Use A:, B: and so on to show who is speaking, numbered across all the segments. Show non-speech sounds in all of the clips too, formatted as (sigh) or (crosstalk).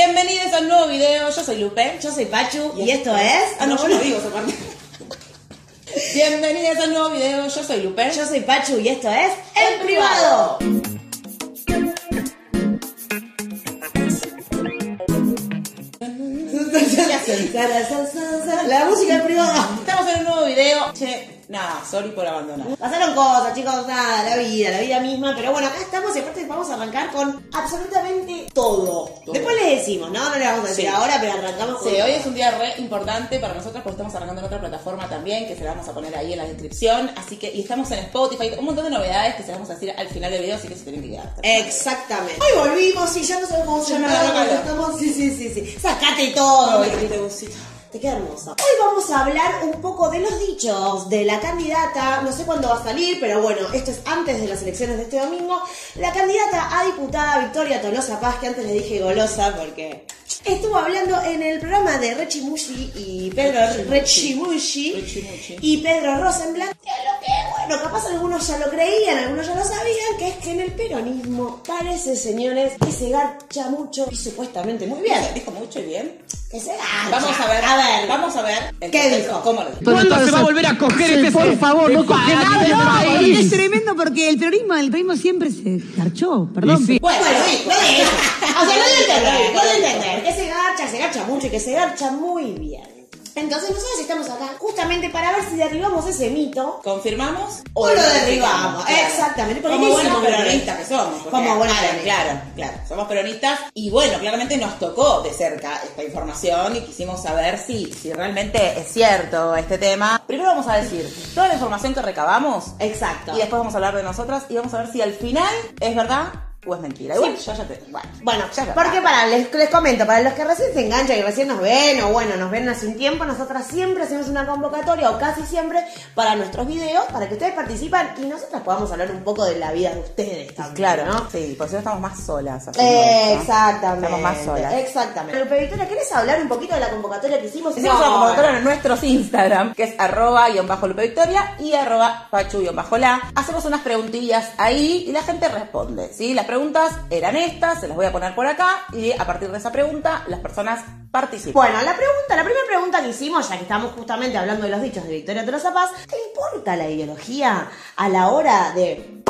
A: Bienvenidos a un nuevo video. Yo soy Lupe.
B: Yo soy Pachu y, esto es.
A: Ah, no, yo lo digo esa parte. Bienvenidos a un nuevo video. Yo soy Lupe.
B: Yo soy Pachu y esto es. ¡En privado! La música en privado.
A: Estamos en un nuevo video. Che, nada, sorry por abandonar.
B: Pasaron cosas, chicos, nada, la vida, la vida misma. Pero bueno, acá estamos y aparte vamos a arrancar con absolutamente todo.
A: Todo.
B: Después les decimos, ¿no? No le vamos a decir
A: Sí.
B: ahora, pero arrancamos
A: Sí, hoy es un día re importante para nosotros porque estamos arrancando en otra plataforma también que se la vamos a poner ahí en la descripción. Así que, y estamos en Spotify, un montón de novedades que se las vamos a decir al final del video, así que se tienen que quedar. hasta el final.
B: Exactamente. Hoy volvimos y ya no sabemos cómo
A: Ya
B: llamar,
A: me agarró calor.
B: estamos- Sí, sí, sí, sí. Sacate todo.
A: Ay, qué dulcito.
B: Te queda hermosa. Hoy vamos a hablar un poco de los dichos de la candidata, no sé cuándo va a salir, pero bueno, esto es antes de las elecciones de este domingo. La candidata a diputada Victoria Tolosa Paz, que antes le dije golosa porque estuvo hablando en el programa de Rechimushi y Pedro
A: Rechimushi.
B: Rechimushi
A: Rechimushi.
B: y Pedro Rosenblatt, que lo que, bueno, capaz algunos ya lo creían, algunos ya lo sabían, que es que en el peronismo parece, señores, que se garcha mucho y supuestamente muy bien.
A: Dijo mucho y bien.
B: Que se garcha.
A: Vamos a ver,
B: A ver.
A: vamos a ver. el
B: ¿Qué
A: contexto,
B: dijo?
A: ¿Cómo lo dijo?
C: ¿Cuándo se va a volver a coger este Por favor, no Este coge nada.
D: Es tremendo porque el peronismo, el peronismo siempre se garchó, perdón.
C: sí.
B: Bueno, sí, no de eso. (laughs) O sea, no de entender, no
A: Lo
B: de
A: dijo.
B: entender. Que se garcha, se garcha mucho y que se garcha muy bien. Entonces nosotros estamos acá justamente para ver si derribamos ese mito
A: ¿Confirmamos
B: o lo derribamos.
A: Claro.
B: Exactamente, porque
A: Como
B: ¿qué
A: buenos
B: hicimos,
A: peronistas
B: peronistas?
A: que somos. porque,
B: Como buenos
A: claro,
B: peronistas.
A: Claro, claro. Somos peronistas y bueno, claramente nos tocó de cerca esta información y quisimos saber si, si realmente es cierto este tema. Primero vamos a decir toda la información que recabamos
B: Exacto.
A: y después vamos a hablar de nosotras y vamos a ver si al final es verdad o es mentira. Igual, yo ya te. Bueno,
B: Bueno,
A: ya es verdad.
B: porque para, les, les comento, para los que recién se enganchan y recién nos ven, o bueno, nos ven hace un tiempo, nosotras siempre hacemos una convocatoria, o casi siempre, para nuestros videos, para que ustedes participan y nosotras podamos hablar un poco de la vida de ustedes también,
A: Claro,
B: ¿no?
A: ¿no? Sí, por eso estamos más solas. haciendo
B: Eh,
A: esto.
B: Exactamente.
A: Estamos más solas.
B: Exactamente. Lupe Victoria, ¿querés hablar un poquito de la convocatoria que hicimos?
A: Hicimos una convocatoria en nuestros Instagram, que es arroba guión bajo Lupe Victoria y arroba pachu guión bajo la. Hacemos unas preguntillas ahí y la gente responde, ¿sí? Las preguntas eran estas, se las voy a poner por acá y a partir de esa pregunta las personas participan.
B: Bueno, la pregunta, la primera pregunta que hicimos, ya que estamos justamente hablando de los dichos de Victoria Tolosa Paz, ¿te importa la ideología a la hora de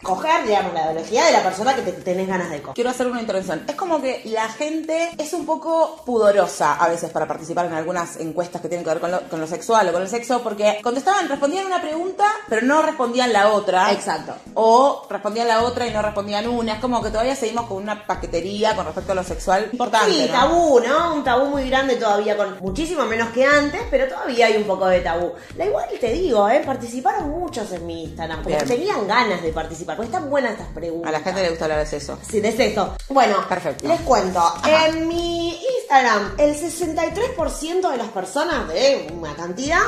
B: coger, digamos, la ideología de la persona que te tenés ganas de coger?
A: Quiero hacer una intervención. Es como que la gente es un poco pudorosa a veces para participar en algunas encuestas que tienen que ver con lo, con lo sexual o con el sexo, porque contestaban, respondían una pregunta, pero no respondían la otra.
B: Exacto.
A: O respondían la otra y no respondían una. Es como que todavía seguimos con una paquetería con respecto a lo sexual importante.
B: Sí,
A: ¿no?
B: tabú, ¿no? Un tabú muy grande todavía, con muchísimo menos que antes, pero todavía hay un poco de tabú. La igual te digo, ¿eh? Participaron muchos en mi Instagram, porque
A: Bien.
B: tenían ganas de participar, porque están buenas estas preguntas.
A: A la gente le gusta hablar de eso.
B: Sí, de sexo. Bueno,
A: Perfecto.
B: les cuento. En mi Instagram, el 63% de las personas, de una cantidad,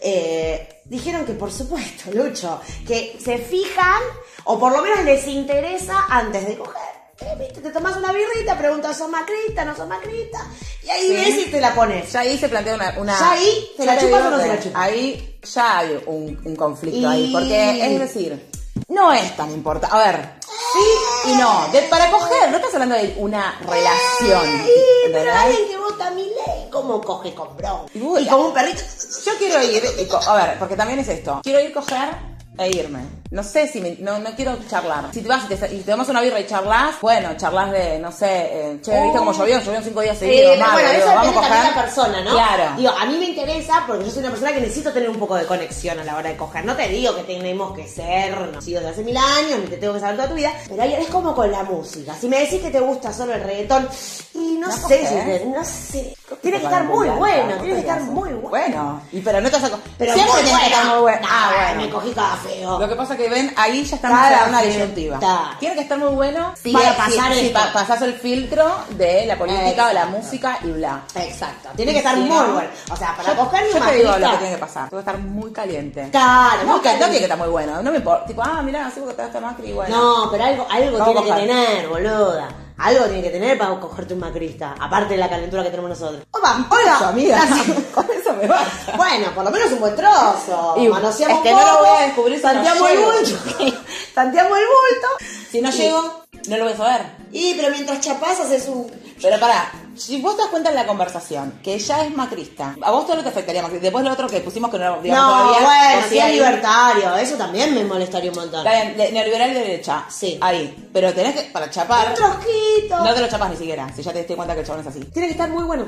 B: eh, dijeron que por supuesto, Lucho, que se fijan o por lo menos les interesa antes de coger. Eh, viste, Te tomas una birrita, preguntas, ¿son macrista? ¿No son macrista? Y ahí
A: Sí.
B: ves y te la pones.
A: Ya ahí se plantea una. una-
B: Ya ahí, ¿se la
A: te
B: chupas
A: digo
B: o no se
A: que
B: la chupas?
A: Ahí ya hay un, un conflicto ahí.
B: Y-
A: Porque, es decir, no es tan importante. A ver, sí y no. De- para coger, no estás hablando de una relación.
B: Eh, pero
A: ¿entendés?
B: alguien que vota mi ley, ¿cómo coge con bronca?
A: Y voy
B: Y
A: a-
B: como un perrito.
A: Yo quiero ir. y co- a ver, porque también es esto. Quiero ir coger e irme. No sé si me- no, no quiero charlar. Si te vas y te, y te tomas una birra y charlas, bueno, charlas de, no sé, eh, che, viste cómo llovió, llovió en cinco días seguidos.
B: Eh,
A: mal,
B: bueno,
A: boludo,
B: eso
A: vamos
B: depende
A: a
B: también de
A: coger.
B: la persona, ¿no?
A: Claro.
B: Digo, a mí me interesa porque yo soy una persona que necesito tener un poco de conexión a la hora de coger. No te digo que tenemos que ser conocidos de hace mil años, ni te tengo que saber toda tu vida, pero hay- es como con la música. Si me decís que te gusta solo el reggaetón, y no,
A: No
B: sé,
A: coges,
B: si
A: ¿eh?
B: te- no sé. Tiene que estar muy bueno, tiene que estar muy bueno.
A: Bueno, y pero no te vas a co-
B: Pero
A: Siempre
B: muy
A: tiene que estar
B: bueno.
A: muy bueno.
B: No,
A: Ah,
B: me
A: bueno.
B: cogí cada feo.
A: Lo que pasa que ven, ahí ya estamos
B: Cada
A: en una
B: fiesta.
A: disyuntiva. Tiene que estar muy bueno si,
B: Para
A: si-
B: pasar
A: si
B: esto.
A: pa- pasás el filtro de la política o la
B: Exacto.
A: música y bla.
B: Exacto, tiene que estar
A: Sí,
B: muy
A: ¿no?
B: bueno. O sea, para
A: Yo-
B: coger
A: Yo
B: más
A: te digo lo que tiene que pasar. Tengo que estar muy caliente.
B: Claro,
A: No,
B: muy
A: que no tiene
B: caliente.
A: que estar muy bueno. No me importa. Tipo, ah, mirá, así porque te vas a Macri, bueno.
B: No, pero algo, algo
A: Vamos
B: tiene
A: a
B: que
A: bajar.
B: tener, boluda. Algo tiene que tener para cogerte un macrista. Aparte de la calentura que tenemos nosotros. ¡Opa!
A: Eso,
B: ¡Hola!
A: amiga.
B: Casi.
A: (laughs) Con eso me basta.
B: (laughs) Bueno, por lo menos un buen trozo.
A: Y
B: Manoseamos
A: es que
B: un
A: no lo
B: poco,
A: voy a descubrir si no
B: Tanteamos el
A: llego.
B: bulto.
A: (laughs)
B: tanteamos el bulto.
A: Si no
B: Y-
A: llego, no lo voy a saber.
B: Y pero mientras chapás haces un
A: Pero pará, si vos te das cuenta en la conversación que ella es macrista, a vos todo lo te afectaría macrista. Después lo otro que pusimos que no digamos,
B: no,
A: todavía,
B: bueno,
A: o
B: si
A: sea,
B: es
A: ahí-
B: libertario, eso también me molestaría un montón.
A: Está bien, de- neoliberal y de derecha.
B: Sí.
A: Ahí. Pero tenés que, para chapar,
B: Un trosquito.
A: no te lo chapas ni siquiera, si ya te diste cuenta que el chabón es así.
B: Tiene que estar muy bueno.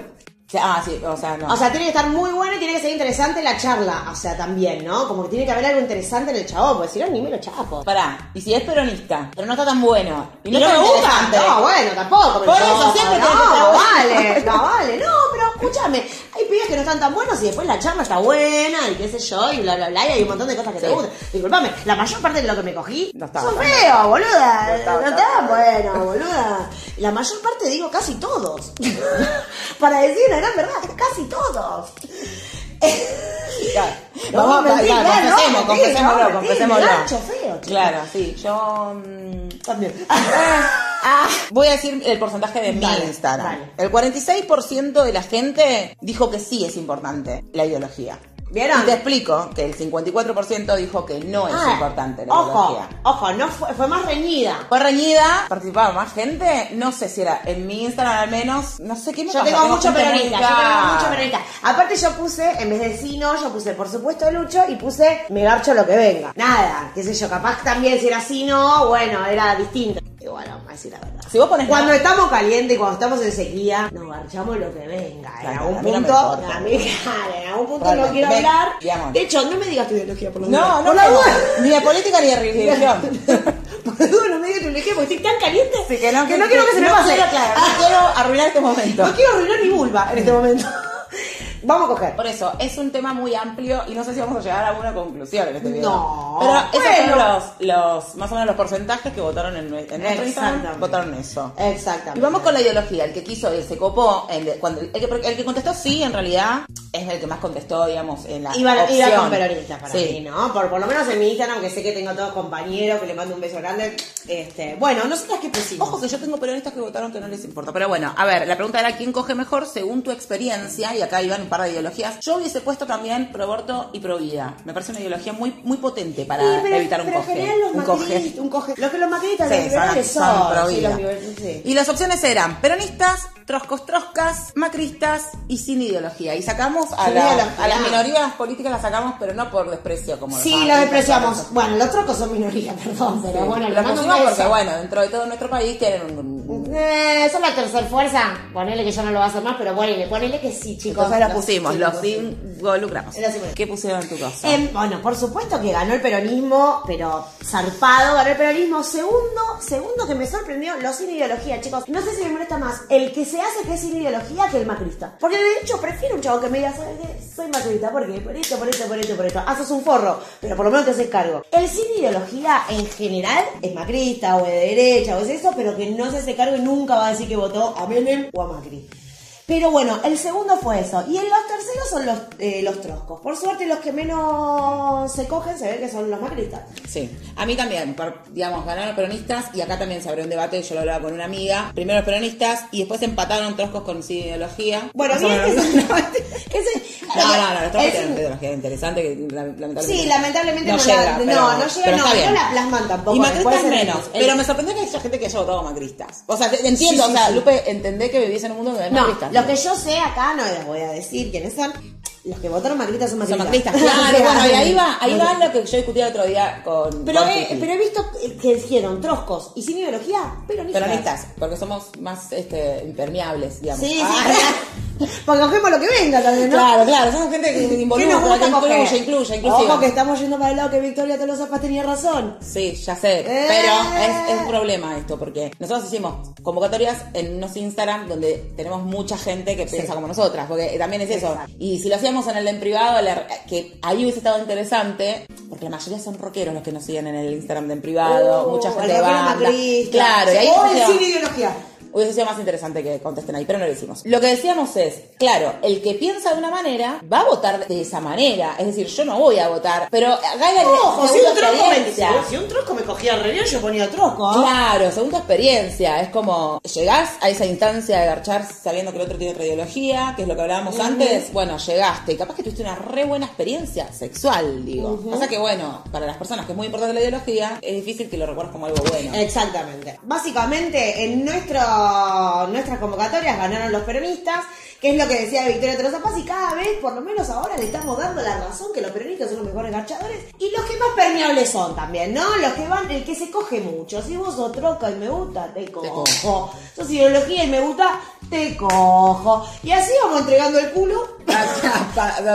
A: O sea, ah, sí, o sea, no.
B: O sea, tiene que estar muy bueno y tiene que ser interesante la charla. O sea, también, ¿no? Como que tiene que haber algo interesante en el chavo, porque si no, ni me lo chapo.
A: Pará, y si es peronista, pero no está tan bueno. Y no,
B: Y
A: está
B: me gusta.
A: interesante.
B: No, bueno, tampoco. pero
A: Por eso siempre
B: no,
A: tiene que estar
B: no,
A: bueno.
B: vale, no vale. No, pero escúchame, hay pibes que no están tan buenos y después la charla está buena y qué sé yo, y bla, bla, bla, y hay un montón de cosas que te
A: Sí.
B: gustan. Disculpame, la mayor parte de lo que me cogí
A: No estaba
B: son
A: tan
B: feos, boluda. No
A: estaba
B: estaban
A: tan
B: buenos, boluda. La mayor parte digo casi todos. (laughs) Para decir la gran verdad, casi todos.
A: Claro.
B: No,
A: Vamos, a-
B: mentí,
A: claro,
B: claro,
A: confesemos,
B: ¿eh? no, mentí,
A: confesémoslo,
B: no, mentí,
A: confesémoslo.
B: me gancho feo, chico.
A: claro, sí, yo... mm, (laughs)
B: También. (laughs)
A: Ah, voy a decir el porcentaje de mi
B: Dale,
A: Instagram.
B: dale.
A: El 46% de la gente dijo que sí es importante la ideología.
B: ¿Vieron?
A: Y te explico que el 54% dijo que no es
B: Ah,
A: importante la
B: ojo,
A: ideología.
B: ojo, no fue, fue más reñida.
A: Fue reñida, participaba más gente, no sé si era en mi Instagram al menos, no sé qué me
B: Yo
A: pasa,
B: tengo, mucho
A: gente muy
B: peronista, yo
A: acá.
B: tengo mucho peronista. Aparte yo puse, en vez de sí, no, yo puse por supuesto Lucho y puse me garcho lo que venga. Nada, qué sé yo, capaz también si era sí, no, bueno, era distinto. Igual vamos a decir la verdad.
A: Si vos pones
B: cuando
A: no-
B: estamos calientes y cuando estamos en sequía, nos garchamos lo que venga. en
A: Claro,
B: algún
A: a mí no me
B: punto,
A: importa.
B: a mí, (laughs) claro, en algún punto
A: Realmente,
B: no quiero
A: me-
B: hablar.
A: digamos.
B: De hecho, no me digas tu ideología por lo
A: No, no, no, ni de política ni de religión.
B: Boludo, no me digas tu ideología porque estoy tan caliente
A: Así que no,
B: quiero (laughs) que se me
A: no
B: pase. Ah,
A: quiero, claro, no quiero arruinar este momento.
B: No quiero arruinar mi vulva en este momento. (laughs) Vamos a coger.
A: Por eso, es un tema muy amplio y no sé si vamos a llegar a alguna conclusión en este video.
B: No,
A: Pero esos
B: bueno.
A: son los, los, más o menos los porcentajes que votaron en, nue- en nuestro Instagram, votaron eso.
B: Exactamente.
A: Y vamos con la ideología, el que quiso, el se copó, el, de- cuando, el, que, el que contestó sí, en realidad, es el que más contestó, digamos, en la
B: Iba,
A: opción.
B: iba con peronista para
A: Sí.
B: mí, ¿no? Por, por lo menos en mi Instagram, que sé que tengo todos compañeros, que le mando un beso grande. Este, bueno, nosotras qué pusimos.
A: Ojo que yo tengo peronistas que votaron que no les importa. Pero bueno, a ver, la pregunta era quién coge mejor según tu experiencia, y acá iban un par de ideologías. Yo hubiese puesto también pro aborto y pro vida. Me parece una ideología muy, muy potente para
B: Sí, pero-
A: evitar un
B: pero en
A: coge.
B: general los
A: un coge.
B: maquinistas- un coge- Lo que los maquinitas
A: Sí,
B: los liberales
A: son- son pro
B: sí,
A: vida.
B: los liber- sí.
A: Y las opciones eran peronistas, troscos troscas, macristas y sin ideología. Y sacamos a,
B: Sin
A: la-
B: ideología.
A: a las minorías políticas, las sacamos, pero no por desprecio como los
B: Sí,
A: macristas,
B: lo despreciamos.
A: troscos.
B: Bueno, los trocos son minoría, (laughs) perdón, pero
A: Sí. Lo
B: bueno, le mando un
A: pusimos
B: beso.
A: porque, bueno, dentro de todo nuestro país tienen un- un
B: Eh, son la tercer fuerza. Ponele que yo no lo voy a hacer más, pero ponele, ponele que sí, chicos.
A: Entonces la
B: Los-
A: pusimos,
B: sí,
A: los
B: los-
A: involucramos.
B: Los involucramos.
A: ¿Qué pusieron en tu casa?
B: Em, bueno, por supuesto que ganó el peronismo, pero zarpado ganó el peronismo. Segundo, segundo que me sorprendió, los sin ideología, chicos. No sé si me molesta más el que se hace que es sin ideología que el macrista. Porque de hecho prefiero un chavo que me diga, ¿sabes qué? Soy macrista, ¿por qué? Por esto, por esto, por esto, por esto. Haces un forro, pero por lo menos te haces cargo. El sin ideología en general es macrista o de derecha o es eso, pero que no se hace cargo y nunca va a decir que votó a Menem o a Macri. Pero bueno, el segundo fue eso. Y en los terceros son los, eh, los troscos. Por suerte, los que menos se cogen se ve que son los macristas.
A: Sí, a mí también, por- digamos, ganaron peronistas y acá también se abrió un debate, yo lo hablaba con una amiga, primero los peronistas y después empataron troscos con sin ideología.
B: Bueno,
A: Más o
B: bien
A: (laughs)
B: que
A: menos.
B: son. No, (laughs) ese-
A: No, no, no, los troscos
B: Ah, es-
A: tienen una ideología interesante que la- lamentablemente...
B: Sí, lamentablemente no la- no,
A: pero-
B: no llega,
A: pero
B: no,
A: está
B: no
A: bien.
B: la plasman tampoco,
A: Y
B: puede
A: macristas
B: ser
A: menos,
B: el-
A: pero me sorprendió que haya gente que haya votado macristas. O sea, te- entiendo,
B: Sí, sí,
A: o sea,
B: sí.
A: Lupe, entendé que viviese en un mundo donde hay
B: No,
A: macristas.
B: lo que yo sé acá no les voy a decir quiénes son. Los que votaron macristas son
A: Son macristas,
B: macristas. (laughs) O
A: claro,
B: sea,
A: bueno, y ahí va, ahí
B: no sé.
A: va lo que yo discutí el otro día con...
B: Pero
A: con
B: he,
A: Titi.
B: pero he visto que dijeron troscos y sin ideología, peronistas.
A: Peronistas, porque somos más este, impermeables, digamos.
B: Sí, sí,
A: Ah,
B: (laughs) claro. Porque cogemos lo que venga también, ¿no?
A: (laughs) Claro, claro, somos gente
B: (laughs)
A: que
B: ¿Qué nos
A: Eh, involucra,
B: gusta
A: que
B: coger?
A: incluye, incluye, inclusive.
B: Ojo que estamos yendo para el lado que Victoria Tolosa Paz tenía razón.
A: Sí, ya sé,
B: Eh.
A: pero es, es un problema esto, porque nosotros hicimos convocatorias en unos Instagram donde tenemos mucha gente que piensa como nosotras, porque eh, también es eso.
B: Exacto.
A: Y si lo hacíamos en el de en privado, la- que ahí hubiese estado interesante, porque la mayoría son rockeros los que nos siguen en el Instagram de en privado,
B: Uh,
A: mucha gente
B: el
A: de
B: rockero oh,
A: banda.
B: macrista.
A: Claro, y ahí
B: O
A: hubiese
B: el
A: sido-
B: sin ideología.
A: Hubiese sido más interesante que contesten ahí, pero no lo hicimos. Lo que decíamos es, claro, el que piensa de una manera va a votar de esa manera. Es decir, yo no voy a votar, pero gana el-
B: Ojo, si
A: según
B: un
A: tu
B: trosco me,
A: experiencia.
B: si un trosco me cogía el reloj, yo ponía trosco. ¿ah?
A: Claro, según tu experiencia, es como llegás a esa instancia de garchar sabiendo que el otro tiene otra ideología, que es lo que hablábamos antes, bueno, llegaste, y capaz que tuviste una re buena experiencia sexual, digo. O sea que bueno, para las personas que es muy
B: Eh,
A: (laughs) importante la ideología, es difícil que lo recuerdes como algo bueno.
B: Exactamente. Básicamente, en nuestro nuestras convocatorias ganaron los peronistas, que es lo que decía Victoria Teresa Paz, y cada vez, por lo menos ahora, le estamos dando la razón que los peronistas son los mejores garchadores y los que más permeables son también, ¿no? Los que van, el que se coge mucho. Si vos sos troca y me gusta, te cojo. Sos ideología y me gusta, te cojo. Y así vamos entregando el culo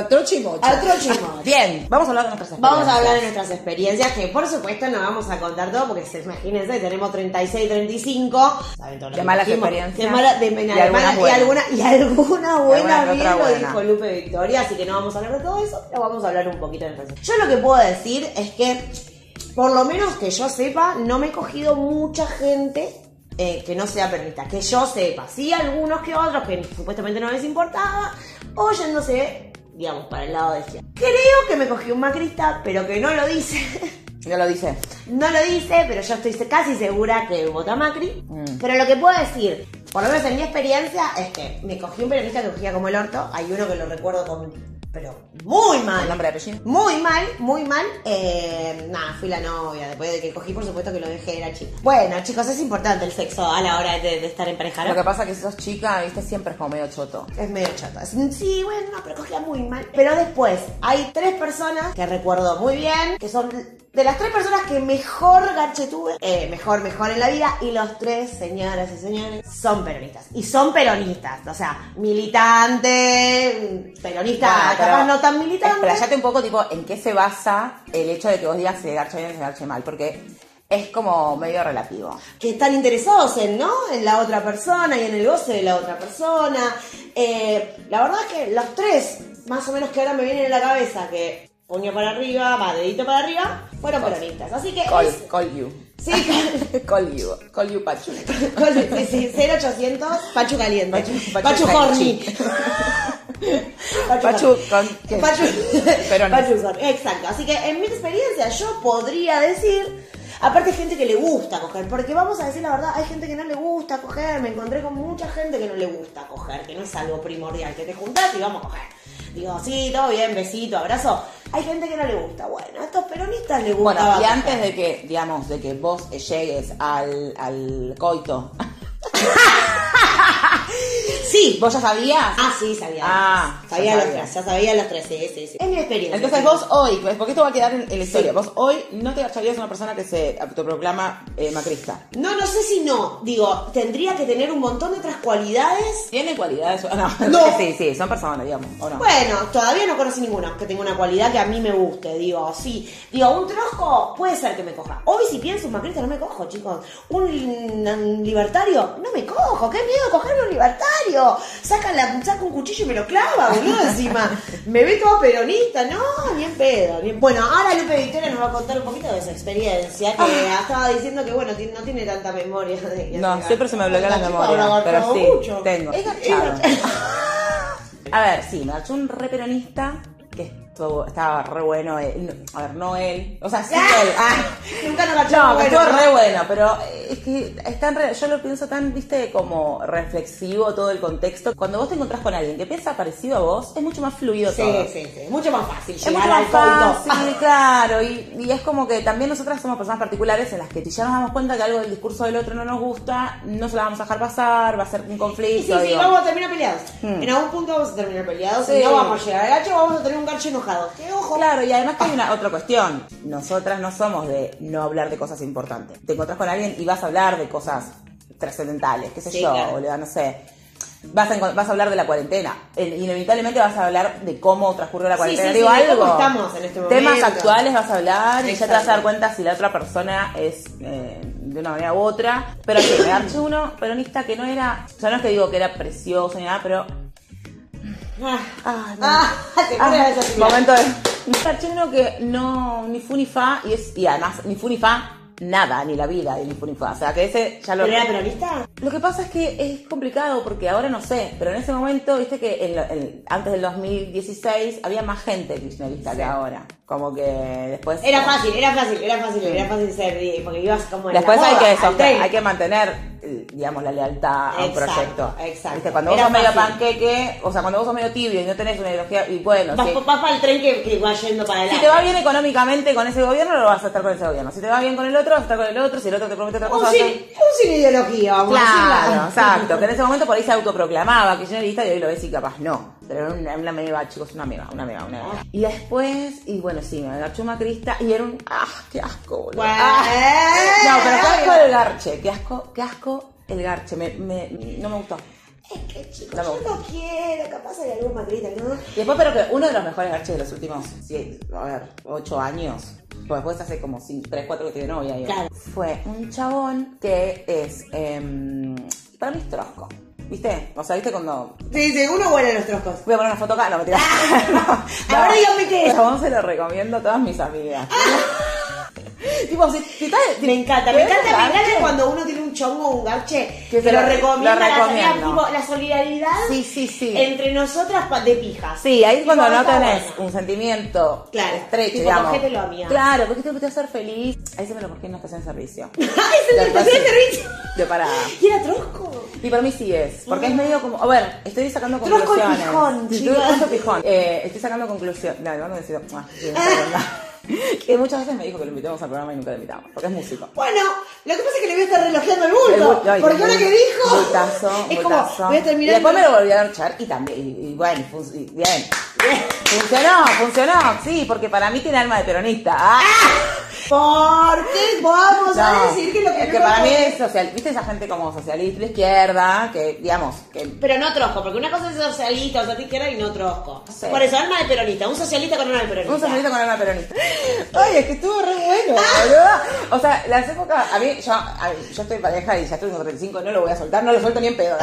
A: Troche y mocho.
B: al trocho y mocho.
A: Bien, vamos a hablar de nuestras
B: Vamos a
A: experiencias.
B: hablar de nuestras experiencias, que por supuesto no vamos a contar todo, porque se- imagínense, tenemos 36, 35. ¿saben todo lo
A: De
B: que
A: malas
B: dijimos?
A: experiencias.
B: De mala- de- de-
A: Y
B: de-
A: algunas
B: y alguna,
A: buenas.
B: y alguna buena,
A: alguna que otra
B: bien lo
A: buena.
B: dijo Lupe Victoria, así que no vamos a hablar de todo eso, pero vamos a hablar un poquito de nuestras Yo lo que puedo decir es que, por lo menos que yo sepa, no me he cogido mucha gente. eh, que no sea peronista, que yo sepa, sí algunos que otros que supuestamente no les importaba, o yéndose, digamos, para el lado de izquierda. Creo que me cogí un macrista, pero que no lo dice. (laughs)
A: Ya lo dice.
B: No lo dice, pero yo estoy casi segura que vota Macri.
A: Mm.
B: Pero lo que puedo decir, por lo menos en mi experiencia, es que me cogí un periodista que cogía como el orto. Hay uno que lo recuerdo con. Pero muy mal.
A: ¿Con nombre y apellido?
B: Muy mal, muy mal. Eh, Nada, fui la novia. Después de que cogí, por supuesto que lo dejé, era chico. Bueno, chicos, es importante el sexo a la hora de, de estar en pareja, ¿no?
A: Lo que pasa es que si sos chica, viste, siempre es como medio choto.
B: Es medio chata. Sí, bueno, no, pero cogía muy mal. Pero después, hay tres personas que recuerdo muy bien, que son de las tres personas que mejor garche tuve, eh, mejor, mejor en la vida, y los tres, señoras y señores, son peronistas. Y son peronistas, o sea, militante, peronista,
A: Bueno, pero
B: capaz no tan militante.
A: Explayate un poco, tipo, en qué se basa el hecho de que vos digas si se garcha bien o se garcha mal, porque es como medio relativo.
B: que están interesados en, ¿no? En la otra persona y en el goce de la otra persona. Eh, la verdad es que los tres, más o menos que ahora me vienen en la cabeza, que puño para arriba, va, dedito para arriba, fueron peronistas. Así que
A: Call,
B: es-
A: call you.
B: Sí, call-
A: (laughs) call you. Call you
B: (laughs)
A: Pachu.
B: call- Pues, sí, sí, 0800, Pachu Caliente.
A: Pachu- Pachu
B: Pachu Horny.
A: Caliente. (laughs)
B: Pachu
A: Pachu con- que-
B: Pachu,
A: peronista.
B: Pachu con- exacto. Así que en mi experiencia yo podría decir, aparte hay gente que le gusta coger, porque vamos a decir la verdad, hay gente que no le gusta coger, me encontré con mucha gente que no le gusta coger, que no es algo primordial, que te juntás y vamos a coger. Digo, sí, todo bien, besito, abrazo. Hay gente que no le gusta. Bueno, a estos peronistas les gusta.
A: Bueno, y antes de que, digamos, de que vos llegues al, al coito, (laughs)
B: Sí,
A: ¿vos ya sabías?
B: Ah, sí, sabía.
A: Ah,
B: sabía
A: ya
B: los
A: sabía.
B: tres, ya sabía los tres, sí, sí, sí. Es mi experiencia.
A: Entonces
B: sí.
A: vos hoy, pues, porque esto va a quedar en, en la historia, vos hoy no te garcharías a una persona que se autoproclama eh, macrista.
B: No, no sé si no. Digo, tendría que tener un montón de otras cualidades.
A: ¿Tiene cualidades? (laughs) o No,
B: No.
A: sí, sí, son personas, digamos, ¿o no?
B: Bueno, todavía no conocí ninguna que tenga una cualidad que a mí me guste, digo, sí. Digo, un trosco puede ser que me coja. Obvio, si pienso un macrista, no me cojo, chicos. Un, un libertario, no me cojo. Qué miedo cogerme un libertario. Saca, la, saca un cuchillo y me lo clava,
A: (laughs)
B: boludo, encima. Me ve todo peronista, no, bien pedo. Bien... Bueno, ahora Lupe Victoria nos va a contar un poquito de su experiencia, que estaba diciendo que, bueno, ti- no tiene tanta memoria. de-
A: Ah. No,
B: de-
A: siempre se me bloquea la
B: chica
A: memoria,
B: habrá
A: pero
B: abarcado
A: sí,
B: mucho.
A: tengo.
B: Es gachado.
A: A ver, sí, me garchó un re peronista que estuvo, estaba re bueno. eh, no- a ver, no él. O sea, sí él. Ah.
B: Nunca nos gachó.
A: No,
B: bueno,
A: estuvo
B: ¿no?
A: re bueno, pero eh, es que es tan re- yo lo pienso tan, viste, como reflexivo todo el contexto. Cuando vos te encontrás con alguien que piensa parecido a vos, es mucho más fluido todo.
B: Sí, sí, sí. Mucho más fácil.
A: Es mucho más fácil, claro, y, y es como que también nosotras somos personas particulares en las que si ya nos damos cuenta que algo del discurso del otro no nos gusta, no se la vamos a dejar pasar, va a ser un
B: (laughs) Sí, sí,
A: conflicto.
B: sí,
A: digo.
B: vamos a terminar peleados.
A: Hmm.
B: En algún punto vamos a terminar peleados.
A: Sí.
B: Y no vamos a llegar al gacho, vamos a tener un gacho enojado. ¡Qué ojo!
A: Claro, y además que hay una otra cuestión. Nosotras no somos de no hablar de cosas importantes. Te encontrás con alguien y vas a hablar de cosas trascendentales, qué sé
B: Sí,
A: yo,
B: claro.
A: boluda, no sé. Vas a, encon- vas a hablar de la cuarentena. El- inevitablemente vas a hablar de cómo transcurrió la
B: Sí,
A: cuarentena.
B: sí,
A: Digo,
B: sí, de
A: algo.
B: cómo estamos en este
A: Temas
B: momento.
A: actuales vas a hablar y ya te vas a dar
B: Exacto.
A: cuenta si la otra persona es eh, de una manera u otra. Pero sí, me garché uno peronista que no era. Ya no es que digo que era precioso ni nada, pero
B: Ah,
A: Ah, no.
B: ah, (laughs) te
A: Ah,
B: pones a desactivar.
A: momento de... Garché uno que no, ni fu ni fa, y, es, y además, ni fu ni fa, nada, ni la vida de ni fu ni fa. O sea, que ese ya lo...
B: ¿Pero era peronista?
A: Lo que pasa es que es complicado porque ahora no sé, pero en ese momento, viste que en lo- en- antes del 2016 había más gente kirchnerista que ahora. Como que después...
B: Era fácil, era fácil, era fácil, era fácil ser eh, porque ibas como en
A: Hmm. Después
B: la
A: hay
B: moda,
A: que
B: al
A: sostener,
B: tren.
A: hay que mantener eh, digamos, la lealtad a un
B: Exacto,
A: proyecto.
B: exacto.
A: ¿Viste? Cuando vos
B: Era
A: sos medio
B: fácil.
A: panqueque, o sea, cuando vos sos medio tibio y no tenés una ideología, y bueno,
B: Vas,
A: sí.
B: para el tren que, que va yendo para adelante.
A: Si te va bien económicamente con ese gobierno, lo vas a estar con ese gobierno. Si te va bien con el otro, vas a estar con el otro. Si el otro te promete otra cosa,
B: Un
A: vas a
B: sin,
A: estar-
B: un sin ideología, vamos a
A: Claro,
B: decirlo.
A: exacto. Que en ese momento por ahí se autoproclamaba kirchnerista y hoy lo ves y capaz no. Pero era una, una meba, chicos, una meba, una meba, una meba. Y después, y bueno, sí, me agachó macrista y era un. ¡Ah, qué asco, boludo!
B: Bueno.
A: Ah. No, pero qué asco el garche, qué asco, qué asco el garche. Me, me- no me gustó.
B: Es que chicos,
A: No me
B: yo no quiero, capaz hay algún macrita, ¿no?
A: Y después, pero que uno de los mejores garches de los últimos, sí, a ver, ocho años, pues después hace como cinco, tres, cuatro que tiene novia. digo.
B: Claro.
A: Fue un chabón que es, em, para mí es trosco, ¿viste? O sea, ¿viste cuando
B: Sí, sí, uno huele los troscos.
A: Voy a poner una foto acá, no, mentira.
B: Ah,
A: (laughs) no,
B: Ahora dígame qué es. Ah.
A: El Chabón se lo recomiendo a todas mis amigas. (laughs) tipo, si, si estás- si
B: Me encanta, me
A: querés
B: encanta, me
A: garche,
B: encanta cuando uno tiene un chongo o un garche
A: Que
B: que,
A: se
B: lo,
A: lo-
B: recomienda,
A: lo
B: la solidaridad,
A: recomiendo.
B: tipo, la solidaridad
A: Sí, sí, sí.
B: entre nosotras pa- de pijas. (laughs)
A: Sí, ahí es
B: Tipo,
A: cuando no
B: está
A: tenés
B: buena.
A: un sentimiento
B: Claro,
A: estrecho,
B: tipo,
A: digamos.
B: cogételo a mí.
A: Claro, porque tengo que te hacer feliz. Ahí se me lo porque en una estación de servicio.
B: ¡Ah, es en la
A: Después
B: estación de
A: sí,
B: servicio!
A: De parada.
B: Y era trosco.
A: Y para mí sí es, porque es medio como, a ver, estoy sacando
B: Trosco y
A: conclusiones.
B: pijón,
A: Sí,
B: chicas.
A: trosco y pijón. Eh, estoy sacando conclusiones. No, no decido. Ah, sí, no puedo hablar. (laughs) que muchas veces me dijo que lo invitamos al programa y nunca lo invitamos, porque es músico.
B: Bueno, lo que pasa es que le voy a estar relojeando el
A: El
B: bulto.
A: bu- ay,
B: porque
A: el
B: ahora
A: bu-
B: que dijo.
A: Bultazo,
B: (laughs) es
A: bultazo.
B: como, voy a
A: Y
B: terminar.
A: después me lo volví a luchar y también, y, y bueno, fun- y bien. Funcionó, funcionó, sí, porque para mí tiene alma de peronista. Ah.
B: ¿Por qué vamos a
A: No,
B: decir que lo que
A: es
B: no
A: que
B: lo
A: para mí
B: podemos-
A: es social, viste esa gente como socialista de izquierda, que digamos, que
B: Pero no trosco, porque una cosa es socialista, o sea, te izquierda y no trosco.
A: Sí.
B: Por eso, alma de peronista, un socialista con alma de peronista.
A: Un sombrerito con alma peronista. Ay, es que estuvo re bueno, boludo. O sea, las épocas. A mí, yo, a mí, yo estoy en pareja y ya estoy con 35, no lo voy a soltar, no lo suelto ni en pedo.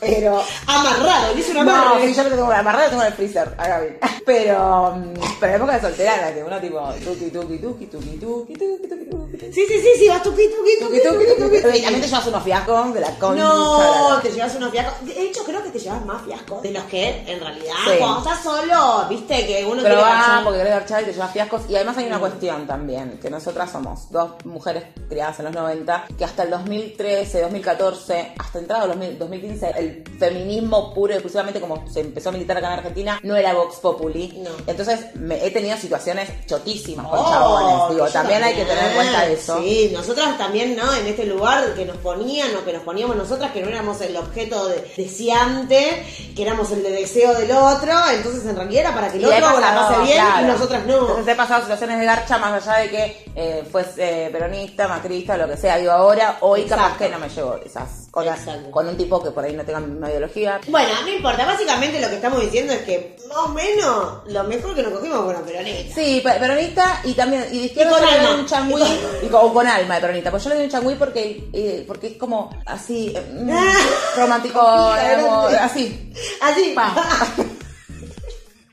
A: Pero.
B: Amarrado, le hizo una
A: No,
B: amarre.
A: sí, yo lo tengo amarrado, lo tengo en el freezer, a Gaby. Pero, mm, pero en la época de soltera, en la que uno tipo, tuki, tuki, tuki, tuki, tuki, tuki, tuki, tuki,
B: Sí, sí, sí, sí, vas tuqui, tuqui,
A: tuki,
B: tuqui, tuqui, tuqui, tuqui.
A: También te llevas unos fiascos de la concha.
B: No,
A: de
B: te llevas unos fiascos. De hecho, creo que te llevas más fiascos de los que en realidad.
A: Sí.
B: Cuando estás solo, viste que uno
A: la- Pero
B: quiere
A: va,
B: garchar.
A: porque querés dar chava y te llevas fiascos. Y además hay una cuestión también, que nosotras somos dos mujeres criadas en los 90, que hasta el 2013, 2014, hasta entrado el 2000 2015, el feminismo puro y exclusivamente como se empezó a militar acá en Argentina, no era Vox Populi.
B: No.
A: Entonces me- he tenido situaciones chotísimas con
B: Oh,
A: chabones. Digo,
B: yo
A: también, hay que tener en cuenta eso.
B: Sí, nosotras también, ¿no? En este lugar que nos ponían o que nos poníamos nosotras, que no éramos el objeto de- deseante, que éramos el de deseo del otro, entonces en realidad era para que el
A: Y he
B: otro la
A: pasado,
B: pase bien
A: claro.
B: y nosotras no.
A: Entonces he pasado situaciones de garcha más allá de que eh, fuese eh, peronista, macrista, lo que sea. Digo, ahora, hoy capaz
B: Exacto.
A: que no me llevo esas cosas
B: Exacto.
A: con un tipo que por ahí no tenga mi misma ideología.
B: Bueno, no importa, básicamente lo que estamos diciendo es que más o menos lo mejor que nos cogimos con los peronistas.
A: Sí, pe- peronista y también y de izquierda
B: Y con
A: yo le doy
B: alma.
A: un changüí y con, o con alma de peronista, pues yo le doy un changüí porque eh, porque es como así eh, mm,
B: Ah.
A: romántico,
B: Complica,
A: digamos,
B: grande.
A: así.
B: Así. (laughs)
A: Pa.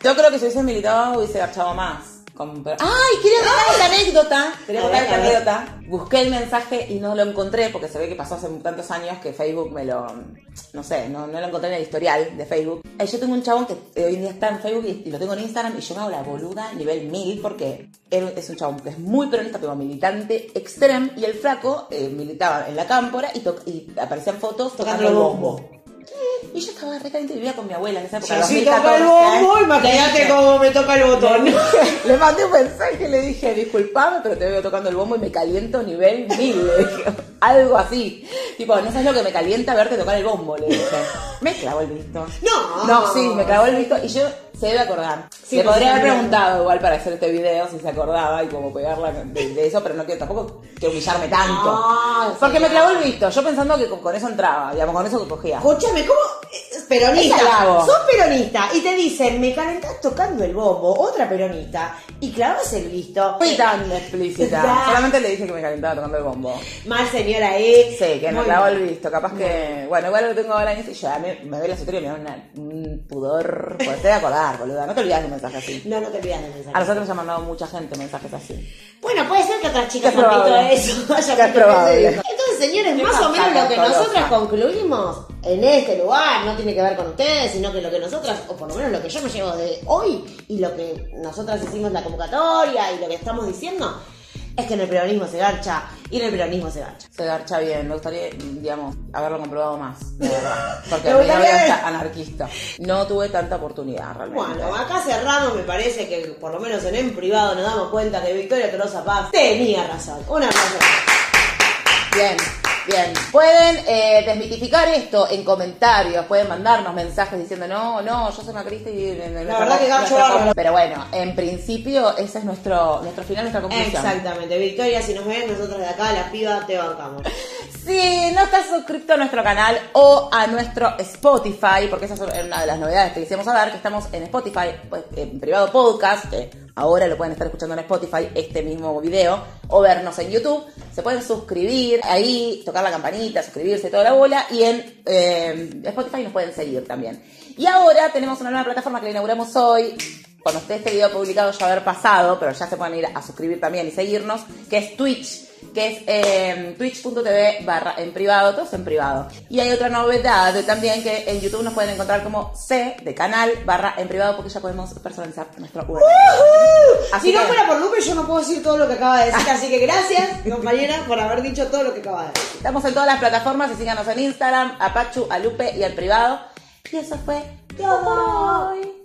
A: Yo creo que si hubiese militado hubiese garchado más. con per- ¡Ay! Quería contar esta anécdota. Quería
B: A ver,
A: contar esta
B: a ver.
A: anécdota. Busqué el mensaje y no lo encontré porque se ve que pasó hace tantos años que Facebook me lo. No sé, no, no lo encontré en el historial de Facebook. Eh, yo tengo un chabón que eh, hoy en día está en Facebook y, y lo tengo en Instagram y yo me hago la boluda nivel 1000 porque era- es un chabón que es muy peronista, pero militante extremo y el flaco eh, militaba en la cámpora y, to- y aparecían fotos tocando el bombo. Y yo estaba re caliente y vivía con mi abuela en esa época.
B: Si
A: 2014,
B: toca el bombo,
A: ¿eh?
B: imagínate
A: Le dije-
B: cómo me toca el botón.
A: (laughs) Le mandé un mensaje y le dije, disculpame, pero te veo tocando el bombo y me caliento nivel 1000. Le dije, (laughs) algo así. Tipo, no sabes lo que me calienta verte tocar el bombo, le dije. Me clavó el visto.
B: No.
A: No, sí, me clavó el visto y yo se debe acordar.
B: Sí,
A: le
B: pues,
A: podría
B: sí,
A: haber
B: sí.
A: preguntado igual para hacer este video si se acordaba y como pegarla de, de eso, pero no quiero tampoco quiero humillarme tanto.
B: No,
A: Porque
B: Ah, sí.
A: me clavó el visto, yo pensando que con, con eso entraba, digamos, con eso que cogía.
B: Escúchame, ¿cómo? es Peronista.
A: Es halago.
B: Sos peronista y te dicen, me calentás tocando el bombo, otra peronista, y clavas el listo.
A: fui tan explícita.
B: Ya.
A: Solamente le dije que me calentaba tocando el bombo.
B: Mal señora E.
A: Sí, que no
B: Muy
A: clavó
B: mal.
A: el visto. Capaz que. Bueno, igual lo tengo ahora en este y ya me, me ve la historia y me da una- un pudor. Porque te voy a acordar, boluda. No te olvidas de un mensaje así.
B: No, no te olvidas del mensaje.
A: A nosotros nos ha mandado mucha gente mensajes así.
B: Bueno, puede ser que otras chicas
A: Es
B: han visto
A: probable.
B: eso. (laughs) hayan
A: Es
B: visto
A: probable.
B: eso. Entonces, señores,
A: Qué
B: más o menos lo que
A: fantasmagorosa.
B: nosotras concluimos en este lugar no tiene que ver con ustedes, sino que lo que nosotras, o por lo menos lo que yo me llevo de hoy y lo que nosotras hicimos en la convocatoria y lo que estamos diciendo, Es que en el peronismo se garcha y en el peronismo se garcha.
A: Se garcha bien, me gustaría, digamos, haberlo comprobado más, de
B: (laughs)
A: verdad. Porque
B: Me
A: mi
B: gustaría
A: novia
B: ver.
A: está anarquista. No tuve tanta oportunidad realmente.
B: Bueno, acá cerramos, me parece que por lo menos en en privado nos damos cuenta que Victoria Tolosa Paz tenía razón. Una razón.
A: Bien, bien. Pueden eh, desmitificar esto en comentarios, pueden mandarnos mensajes diciendo, no, no, yo soy macrista y... eh,
B: La verdad que gacho bárbaro.
A: Pero bueno, en principio ese es nuestro, nuestro final, nuestra conclusión.
B: Exactamente, Victoria, si nos ves, nosotros de acá, las pibas, te bancamos.
A: Si no estás suscrito a nuestro canal o a nuestro Spotify, porque esa es una de las novedades que hicimos a dar, que estamos en Spotify, pues, en privado podcast, que ahora lo pueden estar escuchando en Spotify, este mismo video, o vernos en YouTube. Se pueden suscribir ahí, tocar la campanita, suscribirse, toda la bola, y en eh, Spotify nos pueden seguir también. Y ahora tenemos una nueva plataforma que la inauguramos hoy. Cuando esté este video publicado ya haber pasado, pero ya se pueden ir a suscribir también y seguirnos, que es Twitch que es eh, twitch.tv barra en privado, todos en privado. Y hay otra novedad también que en YouTube nos pueden encontrar como C de canal barra en privado porque ya podemos personalizar nuestro URL. Así
B: si no
A: que-
B: fuera por Lupe, yo no puedo decir todo lo que acaba de decir, así que gracias, (laughs) compañera, por haber dicho todo lo que acaba de decir.
A: Estamos en todas las plataformas y síganos en Instagram, a Pachu, a Lupe y al privado. Y eso fue todo por hoy.